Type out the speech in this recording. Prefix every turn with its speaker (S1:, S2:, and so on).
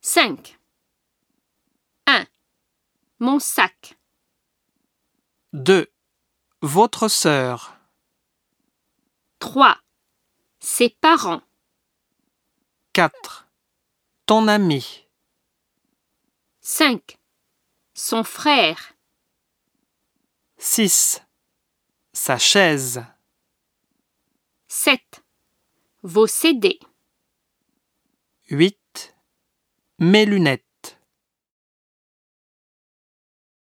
S1: 5. 1. Mon sac.
S2: 2. Votre sœur.
S1: 3. Ses parents.
S2: 4. Ton ami.
S1: 5. Son frère.
S2: 6. Sa chaise.
S1: 7. Vos CD.
S2: 8. Mes lunettes.